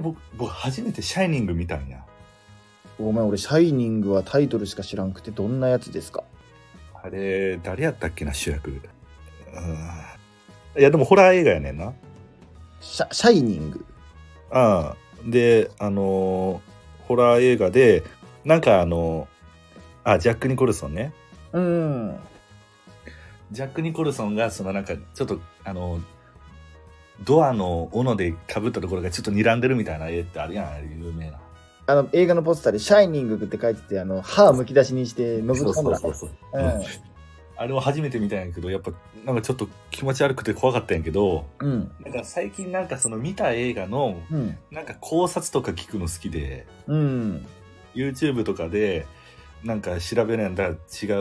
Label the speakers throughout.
Speaker 1: 僕、僕初めてシャイニング見たんや。
Speaker 2: お前、俺、シャイニングはタイトルしか知らんくて、どんなやつですか
Speaker 1: あれ、誰やったっけな、主役。うん。いや、でもホラー映画やねんな。
Speaker 2: シャシャイニング。
Speaker 1: うん。で、あのーホラー映画で、なんかあのーあ、ジャック・ニコルソンね。
Speaker 2: うん。
Speaker 1: ジャック・ニコルソンが、そのなんか、ちょっと、あのードアの斧で被ったところがちょっと睨んでるみたいな絵ってあるやん、あれ有名な。
Speaker 2: あの、映画のポスターで、シャイニングって書いてて、あの、歯むき出しにして、覗き込んだ。
Speaker 1: そうそう。
Speaker 2: うん
Speaker 1: あれを初めて見たんやけど、やっぱ、なんかちょっと気持ち悪くて怖かったんやけど、
Speaker 2: うん。
Speaker 1: なんか最近なんかその見た映画の、
Speaker 2: うん。
Speaker 1: なんか考察とか聞くの好きで、
Speaker 2: うん。
Speaker 1: YouTube とかで、なんか調べるんだ違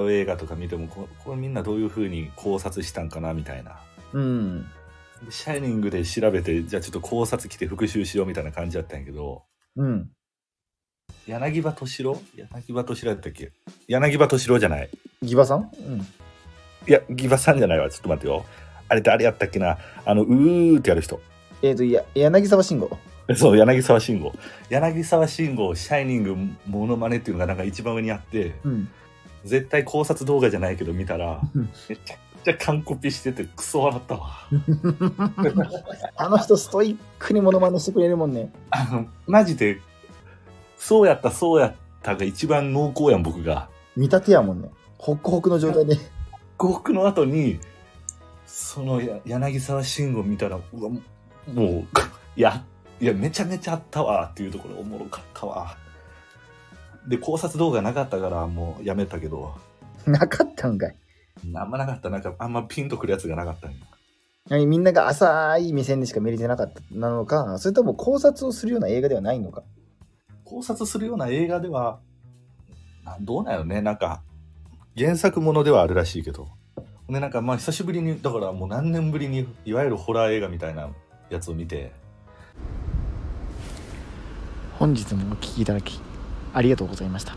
Speaker 1: う映画とか見ても、ここれみんなどういう風に考察したんかなみたいな。
Speaker 2: うん。
Speaker 1: でシャイニングで調べて、じゃあちょっと考察来て復習しようみたいな感じだったんやけど、
Speaker 2: うん。
Speaker 1: 柳葉敏郎柳葉敏郎やったっけ柳葉敏郎じゃない。
Speaker 2: ギバさんうん。
Speaker 1: いや、ギバさんじゃないわ。ちょっと待ってよ。あれ誰やったっけなあの、うーってやる人。
Speaker 2: えっ、と、いや、柳沢慎吾。
Speaker 1: そう、柳沢慎吾。柳沢慎吾、シャイニング、モノマネっていうのがなんか一番上にあって、
Speaker 2: うん。
Speaker 1: 絶対考察動画じゃないけど見たら
Speaker 2: うん、
Speaker 1: めちゃくちゃ完コピしててクソ笑ったわ。
Speaker 2: あの人、ストイックにモノマネしてくれるもんね。
Speaker 1: あの、マジで、そうやった、そうやったが一番濃厚やん、僕が。
Speaker 2: 見立てやもんね。ホックホクの状態で。
Speaker 1: 僕の後に、そのや柳沢慎吾見たら、うわ、もう、 いや、いや、めちゃめちゃあったわっていうところおもろかったわ。で、考察動画なかったからもうやめたけど、
Speaker 2: なかったんかい。
Speaker 1: あんまなかった。なんか、あんまピンとくるやつがなかったんや。
Speaker 2: 何みんなが浅い目線でしか見れてなかったなのか、それとも考察をするような映画ではないのか。
Speaker 1: 考察するような映画では、などうなんやろね。なんか、原作ものではあるらしいけど。で、なんか、まあ、久しぶりに、だからもう何年ぶりに、いわゆるホラー映画みたいなやつを見て、
Speaker 2: 本日もお聞きいただき、ありがとうございました。